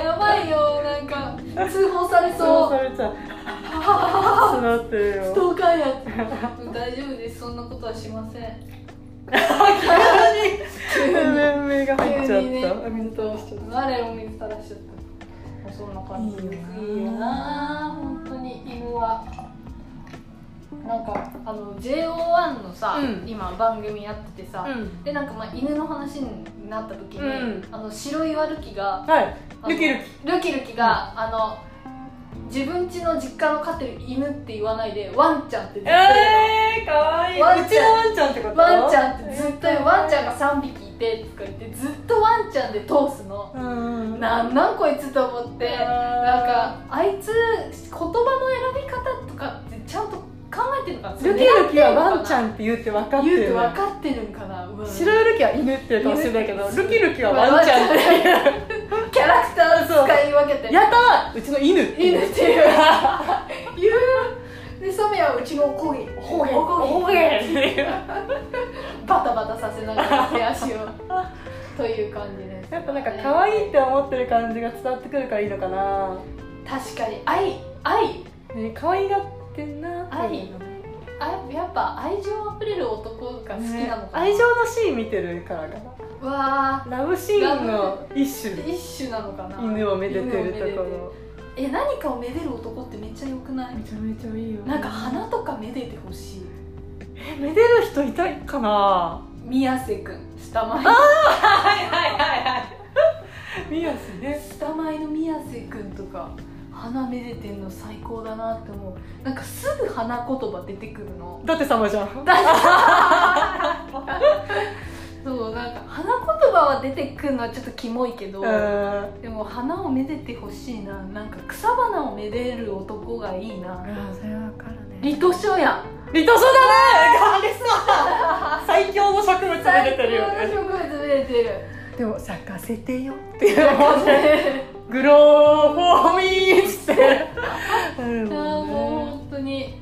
Speaker 2: やばいよなんか通報され
Speaker 1: そう
Speaker 2: そう
Speaker 1: されちゃうそうなってる
Speaker 2: ス
Speaker 1: よ
Speaker 2: トーカーや大丈夫ですそんなことはしません
Speaker 1: <laughs>
Speaker 2: <laughs>
Speaker 1: 急に面目が入っちゃ
Speaker 2: 急にね
Speaker 1: ったあ水倒しちゃっ
Speaker 2: 我を水垂らしちゃったそんな感じ
Speaker 1: いいよない
Speaker 2: いよな本当に犬はなんかあの JO1 のさ、
Speaker 1: うん
Speaker 2: 今番組やっててさ
Speaker 1: た、うん
Speaker 2: でなんかまあ犬の話になった時に、
Speaker 1: うん
Speaker 2: あの白いワルキが
Speaker 1: はい
Speaker 2: あの
Speaker 1: ルキルキ
Speaker 2: ルキルキが、あの自分家の実家の飼ってる犬って言わないでワンちゃんってずっと言うの、
Speaker 1: えー、かわいい
Speaker 2: ワン
Speaker 1: う
Speaker 2: ち
Speaker 1: ち
Speaker 2: ゃ
Speaker 1: の
Speaker 2: ん
Speaker 1: ワンちゃんってこと
Speaker 2: ワンちゃんってずっと言うワンちゃんが3匹いてとか言ってずっとワンちゃんで通すの
Speaker 1: うん
Speaker 2: なんなんこいつと思ってなんかあいつ言葉の選び方とかってちゃんと考えてるのかな
Speaker 1: ルキルキはワンちゃ
Speaker 2: ん
Speaker 1: んって言うって分かって
Speaker 2: 言うって
Speaker 1: る
Speaker 2: 分かってるんかなうわ
Speaker 1: 白いルキは犬っていうかもしれないけど
Speaker 2: 犬
Speaker 1: ルキルキはワンちゃんっていう
Speaker 2: キャラクターを使い分けて
Speaker 1: やたはうちの犬って
Speaker 2: 犬
Speaker 1: い
Speaker 2: っ
Speaker 1: う
Speaker 2: ていう言うで染谷はうちのおこげ
Speaker 1: おこげ
Speaker 2: おこ
Speaker 1: おこげ
Speaker 2: げ
Speaker 1: っていう
Speaker 2: バタバタさせながら手足をという感じです
Speaker 1: やっぱなんか可愛いって思ってる感じが伝わってくるからいいのかな
Speaker 2: 確かに愛愛
Speaker 1: ね可愛がってんなっていうの
Speaker 2: あやっぱ愛情あふれる男が好きなの
Speaker 1: ね
Speaker 2: かな、
Speaker 1: 愛情のシーン見てるからか
Speaker 2: うわ
Speaker 1: なラブシーンの一種
Speaker 2: ー一種なのかな
Speaker 1: 犬をめでて
Speaker 2: 犬をめ
Speaker 1: る
Speaker 2: で
Speaker 1: ところ
Speaker 2: え何かをめでる男ってめっちゃ良くない
Speaker 1: めちゃめちゃいいよ
Speaker 2: なんか花とかめでてほしい
Speaker 1: えめでる人いたいかな
Speaker 2: 宮瀬くん下
Speaker 1: は
Speaker 2: 前
Speaker 1: いはいはいはい宮瀬ね
Speaker 2: 下前の宮瀬くんとか花めでてんの最高だなって思うなんかすぐ花言葉出てくるの
Speaker 1: 舘様じゃん
Speaker 2: そうなんか花言葉は出てくるのはちょっとキモいけど、
Speaker 1: うん
Speaker 2: でも花をめでてほしいななんか草花をめでる男がいいな
Speaker 1: それは分かる
Speaker 2: リトショや
Speaker 1: リトショだねあれさ最強の植物が出てるよ
Speaker 2: 最
Speaker 1: ね
Speaker 2: 高の植物めでてる
Speaker 1: でも咲かせてよっていう <laughs> グローフォーミーっつってある
Speaker 2: いやーも
Speaker 1: も
Speaker 2: う
Speaker 1: んね
Speaker 2: 本当に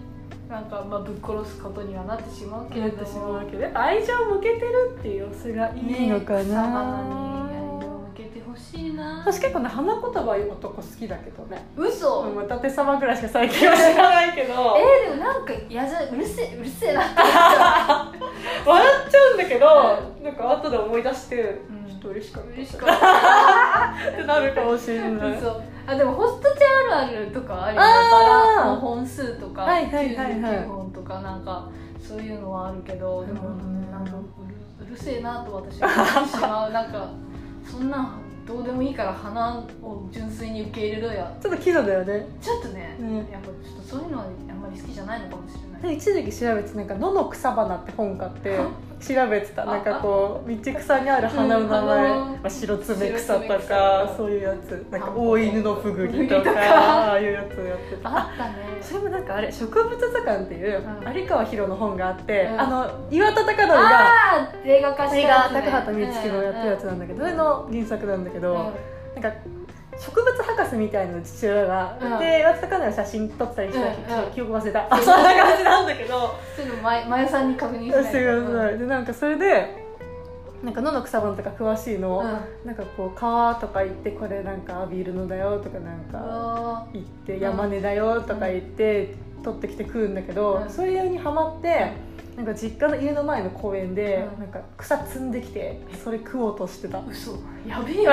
Speaker 2: なんかまあぶっ殺すことにはなってしまうけ
Speaker 1: な
Speaker 2: れ
Speaker 1: って
Speaker 2: ど
Speaker 1: し
Speaker 2: も
Speaker 1: まうけどやっぱ愛情を向けてるっていう様子がいいのか
Speaker 2: ね草花
Speaker 1: な
Speaker 2: に愛を向けてほしいな
Speaker 1: 私結構ね花言葉男好きだけどね
Speaker 2: 嘘、
Speaker 1: まあ舘様ぐらいしか最近は知らないけど
Speaker 2: えー、でもなんかやじゃうるせえうるせえなって、
Speaker 1: 笑っちゃうんだけどなんか後で思い出してちょっと嬉しかった
Speaker 2: 嬉しかっ
Speaker 1: ってなるかもしれ <laughs>
Speaker 2: た
Speaker 1: ない
Speaker 2: 嘘あでもホストチャあるあるとかありなが
Speaker 1: あー
Speaker 2: らの本数とか
Speaker 1: はいはいはいはい
Speaker 2: 99本とかなんかそういうのはあるけどでもなんかうるうるせえなと私は思ってしま
Speaker 1: <laughs>
Speaker 2: うなんかそんなんどうでもいいから花を純粋に受け入れろや
Speaker 1: ちょっとキザだよね
Speaker 2: ちょっとね、
Speaker 1: うん
Speaker 2: やっぱちょっとそういうのはあんまり好きじゃないのかもしれない、
Speaker 1: で一時期調べてなんか「野の草花」って本買 <laughs> って調べてたなんかこう道草にある花の名前、
Speaker 2: うん
Speaker 1: まあ、白爪草と
Speaker 2: 白爪
Speaker 1: か
Speaker 2: 草とか
Speaker 1: そういうやつなん
Speaker 2: あ
Speaker 1: か
Speaker 2: んこ
Speaker 1: 大犬のふぐりと
Speaker 2: ふぐりと
Speaker 1: か
Speaker 2: か
Speaker 1: ああいうやつやってた
Speaker 2: あったね
Speaker 1: それもなんかあれ植物図鑑っていう、
Speaker 2: うん
Speaker 1: 有川博の本があって、
Speaker 2: うん
Speaker 1: あの岩田貴則が
Speaker 2: ああ映画化した
Speaker 1: 映画
Speaker 2: やつ、ね、
Speaker 1: 高畑充希のやったやつなんだけど、それの原作なんだけ
Speaker 2: う
Speaker 1: ど、
Speaker 2: んうんうん
Speaker 1: なんか植物博士みたいなの父親が、
Speaker 2: うん
Speaker 1: で岩田貴則の写真撮ったりした、
Speaker 2: うんうん
Speaker 1: 記憶忘れた、あそんな感じなんだけど
Speaker 2: そういうのままゆさんに確認し
Speaker 1: して
Speaker 2: ない
Speaker 1: くだ
Speaker 2: うん
Speaker 1: さいでなんかそれでなんか野の草花とか詳しいの、
Speaker 2: うん
Speaker 1: なんかこう川とか行ってこれなんかアビールのだよとかなん
Speaker 2: う
Speaker 1: か
Speaker 2: わ
Speaker 1: 行って山根だよとか言って取ってきて食うんだけど、
Speaker 2: うん
Speaker 1: そういうのにハマってなんか実家の家の前の公園で
Speaker 2: うん
Speaker 1: なんか草摘んできてそれ食おうとしてた
Speaker 2: ー嘘やべえよ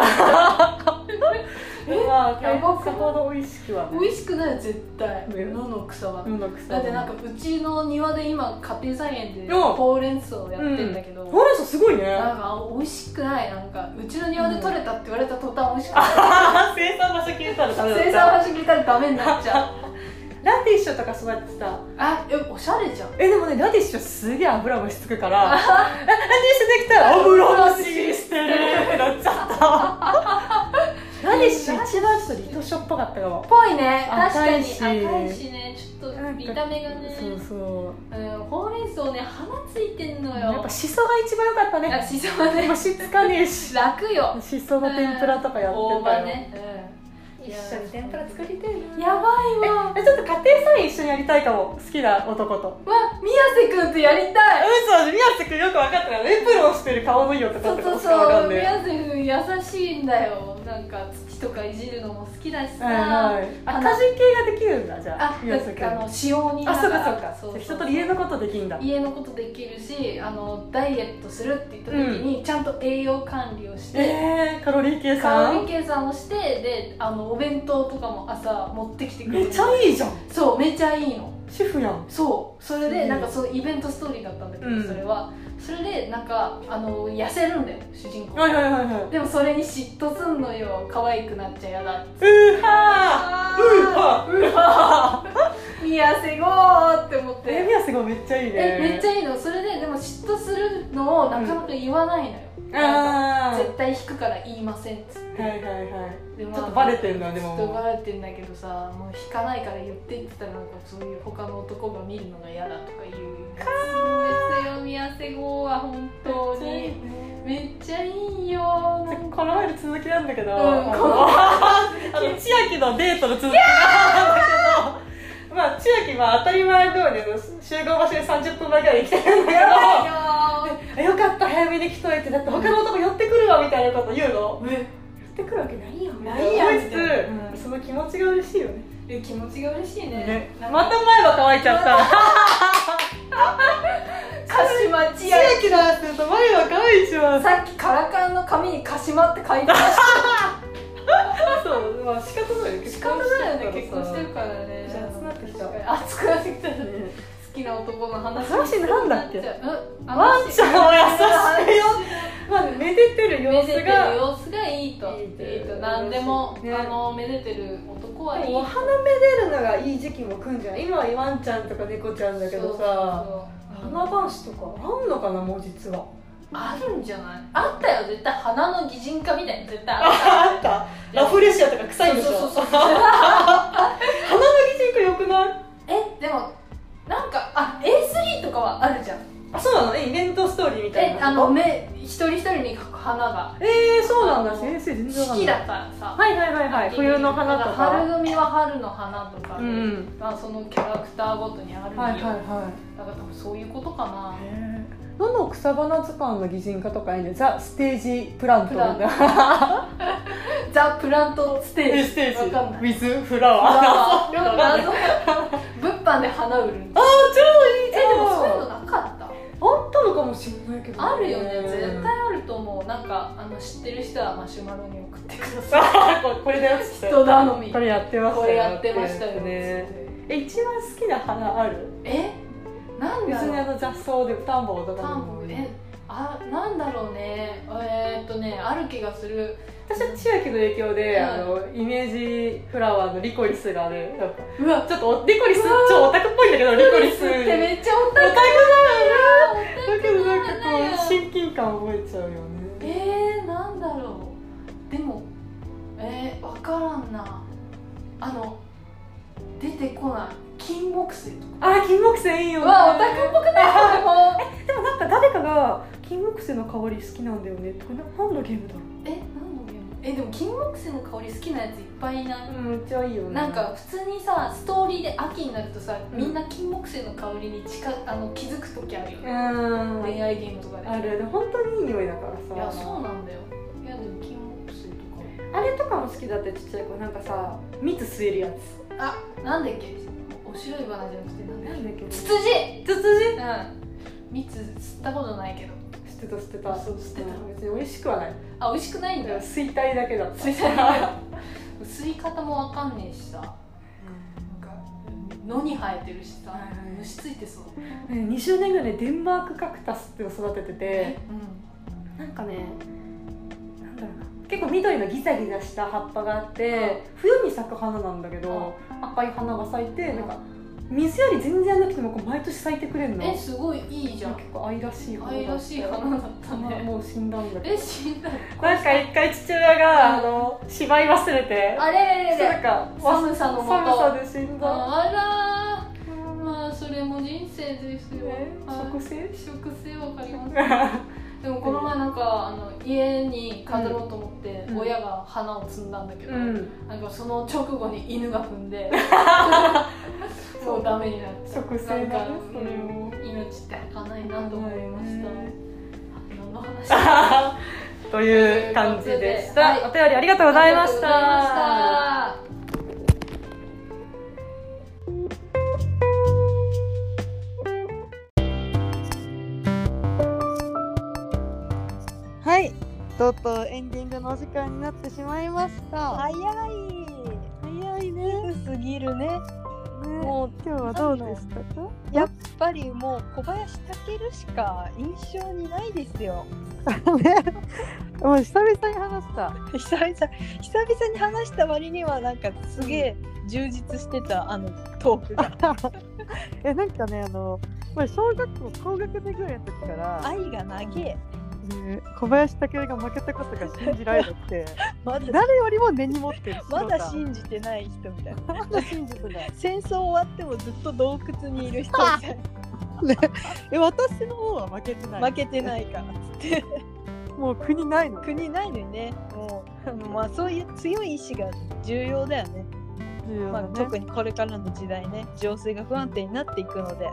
Speaker 2: え
Speaker 1: まあ
Speaker 2: やばくない
Speaker 1: そこの美味しくはね
Speaker 2: 美味しくないよ絶対
Speaker 1: ね
Speaker 2: 野の草は
Speaker 1: 野の草
Speaker 2: だってなんかうちの庭で今家庭菜園で
Speaker 1: うん
Speaker 2: ほうれん草をやってんだけど、
Speaker 1: ほうれん草すごいね
Speaker 2: なんか美味しくないなんかうちの庭で取れたって言われた途端美味しく
Speaker 1: 生産場所決めたらダ
Speaker 2: な
Speaker 1: メ
Speaker 2: い、
Speaker 1: だっ
Speaker 2: 生産場所聞いたらダメになっちゃう
Speaker 1: ラディッシュとか育ててた
Speaker 2: あえおしゃれじゃん
Speaker 1: えでもねラディッシュすげえ油虫つくからあラディッシュできたら油虫してるってなっちゃったラディッシュ一番ちょっとリトショっぽかったかも
Speaker 2: ぽいね確
Speaker 1: 赤
Speaker 2: か
Speaker 1: い
Speaker 2: に
Speaker 1: し
Speaker 2: 赤いしねちょっと見た目がね
Speaker 1: そうそう
Speaker 2: うん、ほうれん草ね花ついてんの
Speaker 1: やっ
Speaker 2: よ
Speaker 1: ぱしそが一番良かったね
Speaker 2: あしそはね
Speaker 1: 虫つかねえし
Speaker 2: 楽よ
Speaker 1: しその天ぷらとかやってたよ
Speaker 2: 大葉ね、うん、
Speaker 1: 作りたい
Speaker 2: やばいわ
Speaker 1: えちょっと家庭菜園一緒にやりたいかも好きな男と
Speaker 2: わ宮瀬くんとやりたい
Speaker 1: 嘘宮瀬くんよく分かったからエプロンしてる顔のいい男
Speaker 2: そう
Speaker 1: とか
Speaker 2: そう
Speaker 1: しか分かん
Speaker 2: そう
Speaker 1: ね
Speaker 2: 宮瀬くん優しいんだよなんか土とかいじるのも好きだし
Speaker 1: え
Speaker 2: さ、
Speaker 1: はいはい赤字系ができるんだじゃ
Speaker 2: あ
Speaker 1: あ
Speaker 2: な
Speaker 1: 宮瀬
Speaker 2: ん
Speaker 1: くん
Speaker 2: かあの使用に
Speaker 1: あそうか
Speaker 2: な
Speaker 1: そ
Speaker 2: ん
Speaker 1: うか
Speaker 2: そうそう
Speaker 1: 人と家のことできんだ
Speaker 2: 家のことできるしあのダイエットするって言った時に、ちゃんと栄養管理をして、
Speaker 1: えー、カロリー計
Speaker 2: カロリ
Speaker 1: 算
Speaker 2: ー計算をしてであのお弁当とかも朝持ってきてくれる
Speaker 1: めっちゃいいじゃん
Speaker 2: そうめっちゃいいの
Speaker 1: 主婦やん
Speaker 2: そうそれ
Speaker 1: う
Speaker 2: で
Speaker 1: ん
Speaker 2: なんかそのイベントストーリーだったんだけど、
Speaker 1: うん
Speaker 2: それはそれでなんかあの痩せるんだよ主人公が
Speaker 1: はいはいはいはい
Speaker 2: でもそれに嫉妬すんのよ可愛くなっちゃやだって
Speaker 1: うーは
Speaker 2: あ
Speaker 1: ーうーはーうーはー
Speaker 2: ー宮瀬ゴーって思って
Speaker 1: え宮瀬がめっちゃいいね
Speaker 2: えめっちゃいいのそれででも嫉妬するのをなかなか言わないのよ、なんか
Speaker 1: あ
Speaker 2: 絶対引くから言いませんっつっ
Speaker 1: ー
Speaker 2: て
Speaker 1: はいはいはい
Speaker 2: で
Speaker 1: ちょっと
Speaker 2: まあ
Speaker 1: バレてんだで
Speaker 2: ちょ
Speaker 1: も
Speaker 2: っとバレてんだけどさもう引かないから言って言ってたらなんかそういう他の男が見るのが嫌だとか言うやつですよ宮瀬号は本当にめっちゃいいよなんか
Speaker 1: この前の続きなんだけど、
Speaker 2: うん
Speaker 1: <laughs> あのあの千秋のデートの続きなんだけどまあ千秋は当たり前通りの集合場所で30分前ぐらいに来てるんだけどよかった早めに来といてだって他の男寄ってくるわみたいなこと言うの
Speaker 2: え
Speaker 1: 寄ってくるわけないよ
Speaker 2: ないやん
Speaker 1: 思いつつ、
Speaker 2: うん
Speaker 1: その気持ちが嬉しいよね
Speaker 2: え気持ちが嬉しいねなんか
Speaker 1: また前歯乾いちゃった
Speaker 2: 鹿島千
Speaker 1: 千
Speaker 2: 秋
Speaker 1: 秋の話すると前歯乾いちまう
Speaker 2: さっきカラカンの紙に鹿島って書いてました
Speaker 1: そうまあ仕方ないよ結
Speaker 2: 仕方
Speaker 1: 婚してる
Speaker 2: な
Speaker 1: か
Speaker 2: いよ
Speaker 1: らさ
Speaker 2: ね結婚してるからね
Speaker 1: じゃあ熱くなってきた
Speaker 2: 熱くなってきたね好きな男の話
Speaker 1: 話なんだっけ
Speaker 2: うん
Speaker 1: ワンちゃんは優しいよ
Speaker 2: 話
Speaker 1: まあめでてる様
Speaker 2: め
Speaker 1: 子
Speaker 2: でてる
Speaker 1: が
Speaker 2: 様子がいいと
Speaker 1: い
Speaker 2: い
Speaker 1: い
Speaker 2: い
Speaker 1: と
Speaker 2: と何でも、
Speaker 1: ね
Speaker 2: あのめでてる男は
Speaker 1: で
Speaker 2: いい
Speaker 1: もお花めでるのがいい時期も来んじゃん今はワンちゃんとか猫ちゃんだけどさ
Speaker 2: そうそうそう
Speaker 1: 花男子とかあんのかなもう実は
Speaker 2: あるんじゃないあったよ絶対花の擬人化みたいな絶対あっ
Speaker 1: ああったラフレシアとか
Speaker 2: た
Speaker 1: 臭いんでしょ
Speaker 2: そうそうそう
Speaker 1: 花の擬人化よくない
Speaker 2: えでもなんかあ A3 とかはあるじゃん
Speaker 1: あそうなのえイベントストーリーみたい
Speaker 2: え
Speaker 1: な
Speaker 2: あの目一人一人に描く花が
Speaker 1: えー、そうなんだ
Speaker 2: あの
Speaker 1: 先生全然わか
Speaker 2: 四
Speaker 1: ん
Speaker 2: 季
Speaker 1: ない
Speaker 2: だからさ
Speaker 1: はいはいはいはい冬の花とか
Speaker 2: 春組は春の花とかで、
Speaker 1: うん
Speaker 2: まあ、そのキャラクターごとにあるんだ
Speaker 1: はい
Speaker 2: よ、
Speaker 1: はいは
Speaker 2: だから多分そういうことかない
Speaker 1: へーどの草花図鑑の擬人化とかいいねザ・ステージプラントみたいな
Speaker 2: ザ・プラントス <laughs> テージ
Speaker 1: <laughs> ステージ
Speaker 2: わかんない
Speaker 1: with フラワーわ
Speaker 2: あ <laughs>
Speaker 1: かんない
Speaker 2: 謎物販で花売るん
Speaker 1: あ
Speaker 2: だ
Speaker 1: ー超いい
Speaker 2: え
Speaker 1: じゃん
Speaker 2: でもそういうのなかった
Speaker 1: あったのかもしれないけど
Speaker 2: あるよね絶対あると思うなんかはあの知ってる人はマシュマロに送って <laughs> ください
Speaker 1: あここれだよっつって
Speaker 2: 人頼み
Speaker 1: これやってましたよ
Speaker 2: これやってましたよ
Speaker 1: ねえ一番好きな花ある
Speaker 2: えなん
Speaker 1: 別
Speaker 2: だ
Speaker 1: に
Speaker 2: ろ
Speaker 1: あ
Speaker 2: う
Speaker 1: の雑草で田んぼとかで
Speaker 2: タン
Speaker 1: も
Speaker 2: ポ
Speaker 1: いい
Speaker 2: えあなんだろうねえー、っとねある気がする
Speaker 1: 私は千秋の影響で、
Speaker 2: うん
Speaker 1: あのイメージフラワーのリコリスがねやっぱ
Speaker 2: うわ
Speaker 1: ちょっとおリコリス超オタクっぽいんだけどリコリス
Speaker 2: ってめっちゃお
Speaker 1: オタ
Speaker 2: 高
Speaker 1: ク
Speaker 2: い
Speaker 1: だよねだけどなんかこう親近感覚えちゃうよね
Speaker 2: えー、なんだろうでもえー、分からんなあの出てこない金木犀と
Speaker 1: あ
Speaker 2: か
Speaker 1: 金木犀いいよ
Speaker 2: う
Speaker 1: ね
Speaker 2: わオタクっぽくないこれも
Speaker 1: でもなんか誰かが金木犀の香り好きなんだよねとかな何のゲームだろ
Speaker 2: え何のゲームえでも金木犀の香り好きなやついっぱいいない、
Speaker 1: ううんめっちゃいいよね
Speaker 2: なんか普通にさストーリーで秋になるとさ、
Speaker 1: うん
Speaker 2: みんな金木犀の香りに近あの気づく時あるよ
Speaker 1: う
Speaker 2: ね、
Speaker 1: ん
Speaker 2: 恋愛ゲームとかで
Speaker 1: あるでも本当にいい匂いだからさ
Speaker 2: いやそうなんだよいやでも金木犀と
Speaker 1: あれとかも好きだってちっちゃい子なんかさ蜜吸えるやつ
Speaker 2: かあなんだっけお白い花じゃなくてなんだっ
Speaker 1: なんだっけ
Speaker 2: けツ
Speaker 1: ツ
Speaker 2: ツジ
Speaker 1: ツジ
Speaker 2: うん蜜吸ったことないけど
Speaker 1: 捨てた捨てた
Speaker 2: そう捨てた
Speaker 1: 別に美味しくはない
Speaker 2: あ美味しくないん
Speaker 1: だか
Speaker 2: だよ
Speaker 1: ら吸いたいだけだった
Speaker 2: 吸いた
Speaker 1: <laughs>
Speaker 2: いだ吸い方もわかんねえしさなんか野に生えてるしさ
Speaker 1: はいはい
Speaker 2: 虫ついてそう
Speaker 1: うん20年ぐらいねデンマークカクタスっていうの育ててて
Speaker 2: うん
Speaker 1: なんかねなんだろうな結構緑のギザギザした葉っぱがあって冬に咲く花なんだけど赤い花が咲いて
Speaker 2: うん
Speaker 1: なんか水より全然やんなくてもこう毎年咲いてくれるの
Speaker 2: えすごいいいじゃん
Speaker 1: 結構愛らしい花だった
Speaker 2: 愛らしい花だった
Speaker 1: まあ
Speaker 2: ね
Speaker 1: もう死んだんだけど
Speaker 2: え死んだ
Speaker 1: なんか一回父親があの芝居忘れて
Speaker 2: あれれれ
Speaker 1: そうな
Speaker 2: れ
Speaker 1: んか
Speaker 2: 寒さのも
Speaker 1: 寒さ
Speaker 2: と
Speaker 1: で死んだ
Speaker 2: あらーまあそれも人生ですよ
Speaker 1: ね
Speaker 2: はい
Speaker 1: 食性
Speaker 2: 食性わかりますでもこの前なんかあの家に飾ろうと思って
Speaker 1: うん
Speaker 2: 親が花を摘んだんだけど、
Speaker 1: <laughs> うん
Speaker 2: なんかその直後に犬が踏
Speaker 1: <laughs>
Speaker 2: んでもうダメになった
Speaker 1: 食性だね
Speaker 2: なんか
Speaker 1: それも
Speaker 2: うん命って儚いなと思いました、何の話
Speaker 1: <laughs> という感じでした、
Speaker 2: はい
Speaker 1: お便りありがとうございました
Speaker 2: ありがとうございました
Speaker 3: はい、とうとうエンディングのお時間になってしまいました。
Speaker 4: 早い
Speaker 3: 早いね。
Speaker 4: すぎるね
Speaker 3: もう今日はどうでしたか？
Speaker 4: やっぱりもう小林武しか印象にないですよ
Speaker 3: もう久々に話した。 <laughs>
Speaker 4: 久々久々に話した割にはなんかすげえ充実してたあのトークが
Speaker 3: えなんかねあの。まあ小学校高学年ぐらいの時から、
Speaker 4: 愛が長え
Speaker 3: ね小林武が負けたことが信じられなくて
Speaker 4: まだ
Speaker 3: 誰よりも根に持ってる
Speaker 4: まだ
Speaker 3: 信
Speaker 4: 信じてない人みたいな
Speaker 3: まだ信じてない
Speaker 4: 戦争終わってもずっと洞窟にいる人みたい
Speaker 3: え私の方は負けてな
Speaker 4: な
Speaker 3: <laughs>
Speaker 4: い負けてないからつって
Speaker 3: もう国ないの
Speaker 4: 国ないのにねもう <laughs> まあそういう強い意志が重要だよね
Speaker 3: 重要
Speaker 4: ま
Speaker 3: だ
Speaker 4: あ、
Speaker 3: ね、
Speaker 4: 特にこれからの時代ね情勢が不安定になっていくので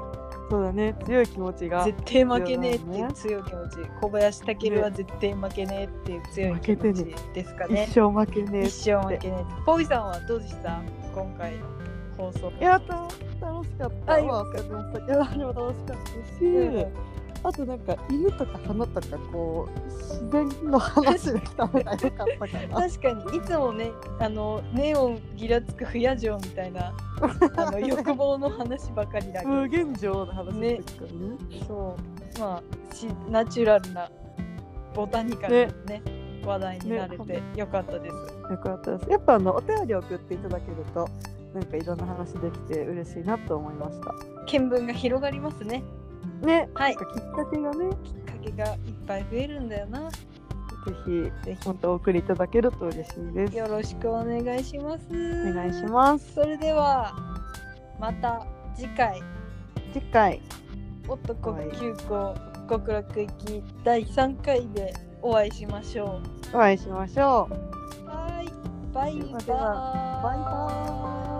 Speaker 3: そうだね強い気持ちが
Speaker 4: 絶対負けねえってい
Speaker 3: ね
Speaker 4: う強い気持ち小林武は絶対負けねえっていう強い気持ちですか
Speaker 3: 一
Speaker 4: ね
Speaker 3: 生負けねえ
Speaker 4: 一生負けねえポイさんはどうでした今回の放送
Speaker 3: いやた楽しかった。
Speaker 4: あ
Speaker 3: まあ
Speaker 4: よかった
Speaker 3: でもさいやでも楽しかったし、
Speaker 4: うん
Speaker 3: あとなんか犬とか花とかこう自然の話できた方が良か <laughs> ったかな。
Speaker 4: 確かにいつもねあのネオンギラつく不夜城みたい <laughs> なあの欲望の話ばかりだけ
Speaker 3: 無
Speaker 4: ど
Speaker 3: 限上の話できたからね。
Speaker 4: そうまあしナチュラルなボタニカルなね話題になれてよかったです、
Speaker 3: よかったです。やっぱあのお便り送っていただけるとなんかいろんな話できて嬉しいなと思いました。
Speaker 4: 見聞が広がりますね
Speaker 3: ね、
Speaker 4: はい
Speaker 3: なんかきっかけがね、ぜ
Speaker 4: きっかけがいっぱい増えるんだよな
Speaker 3: ひ
Speaker 4: ぜ
Speaker 3: 本当お送りいただけると嬉しいです
Speaker 4: ひ。よろしくお願いします
Speaker 3: お願いし
Speaker 4: す
Speaker 3: ます。
Speaker 4: それではまた次回
Speaker 3: 次回
Speaker 4: 「男急行極楽行き」第3回でお会いしましょ
Speaker 3: お会いしましょう。
Speaker 4: うはいバイバーイ
Speaker 3: それではバイバーイ。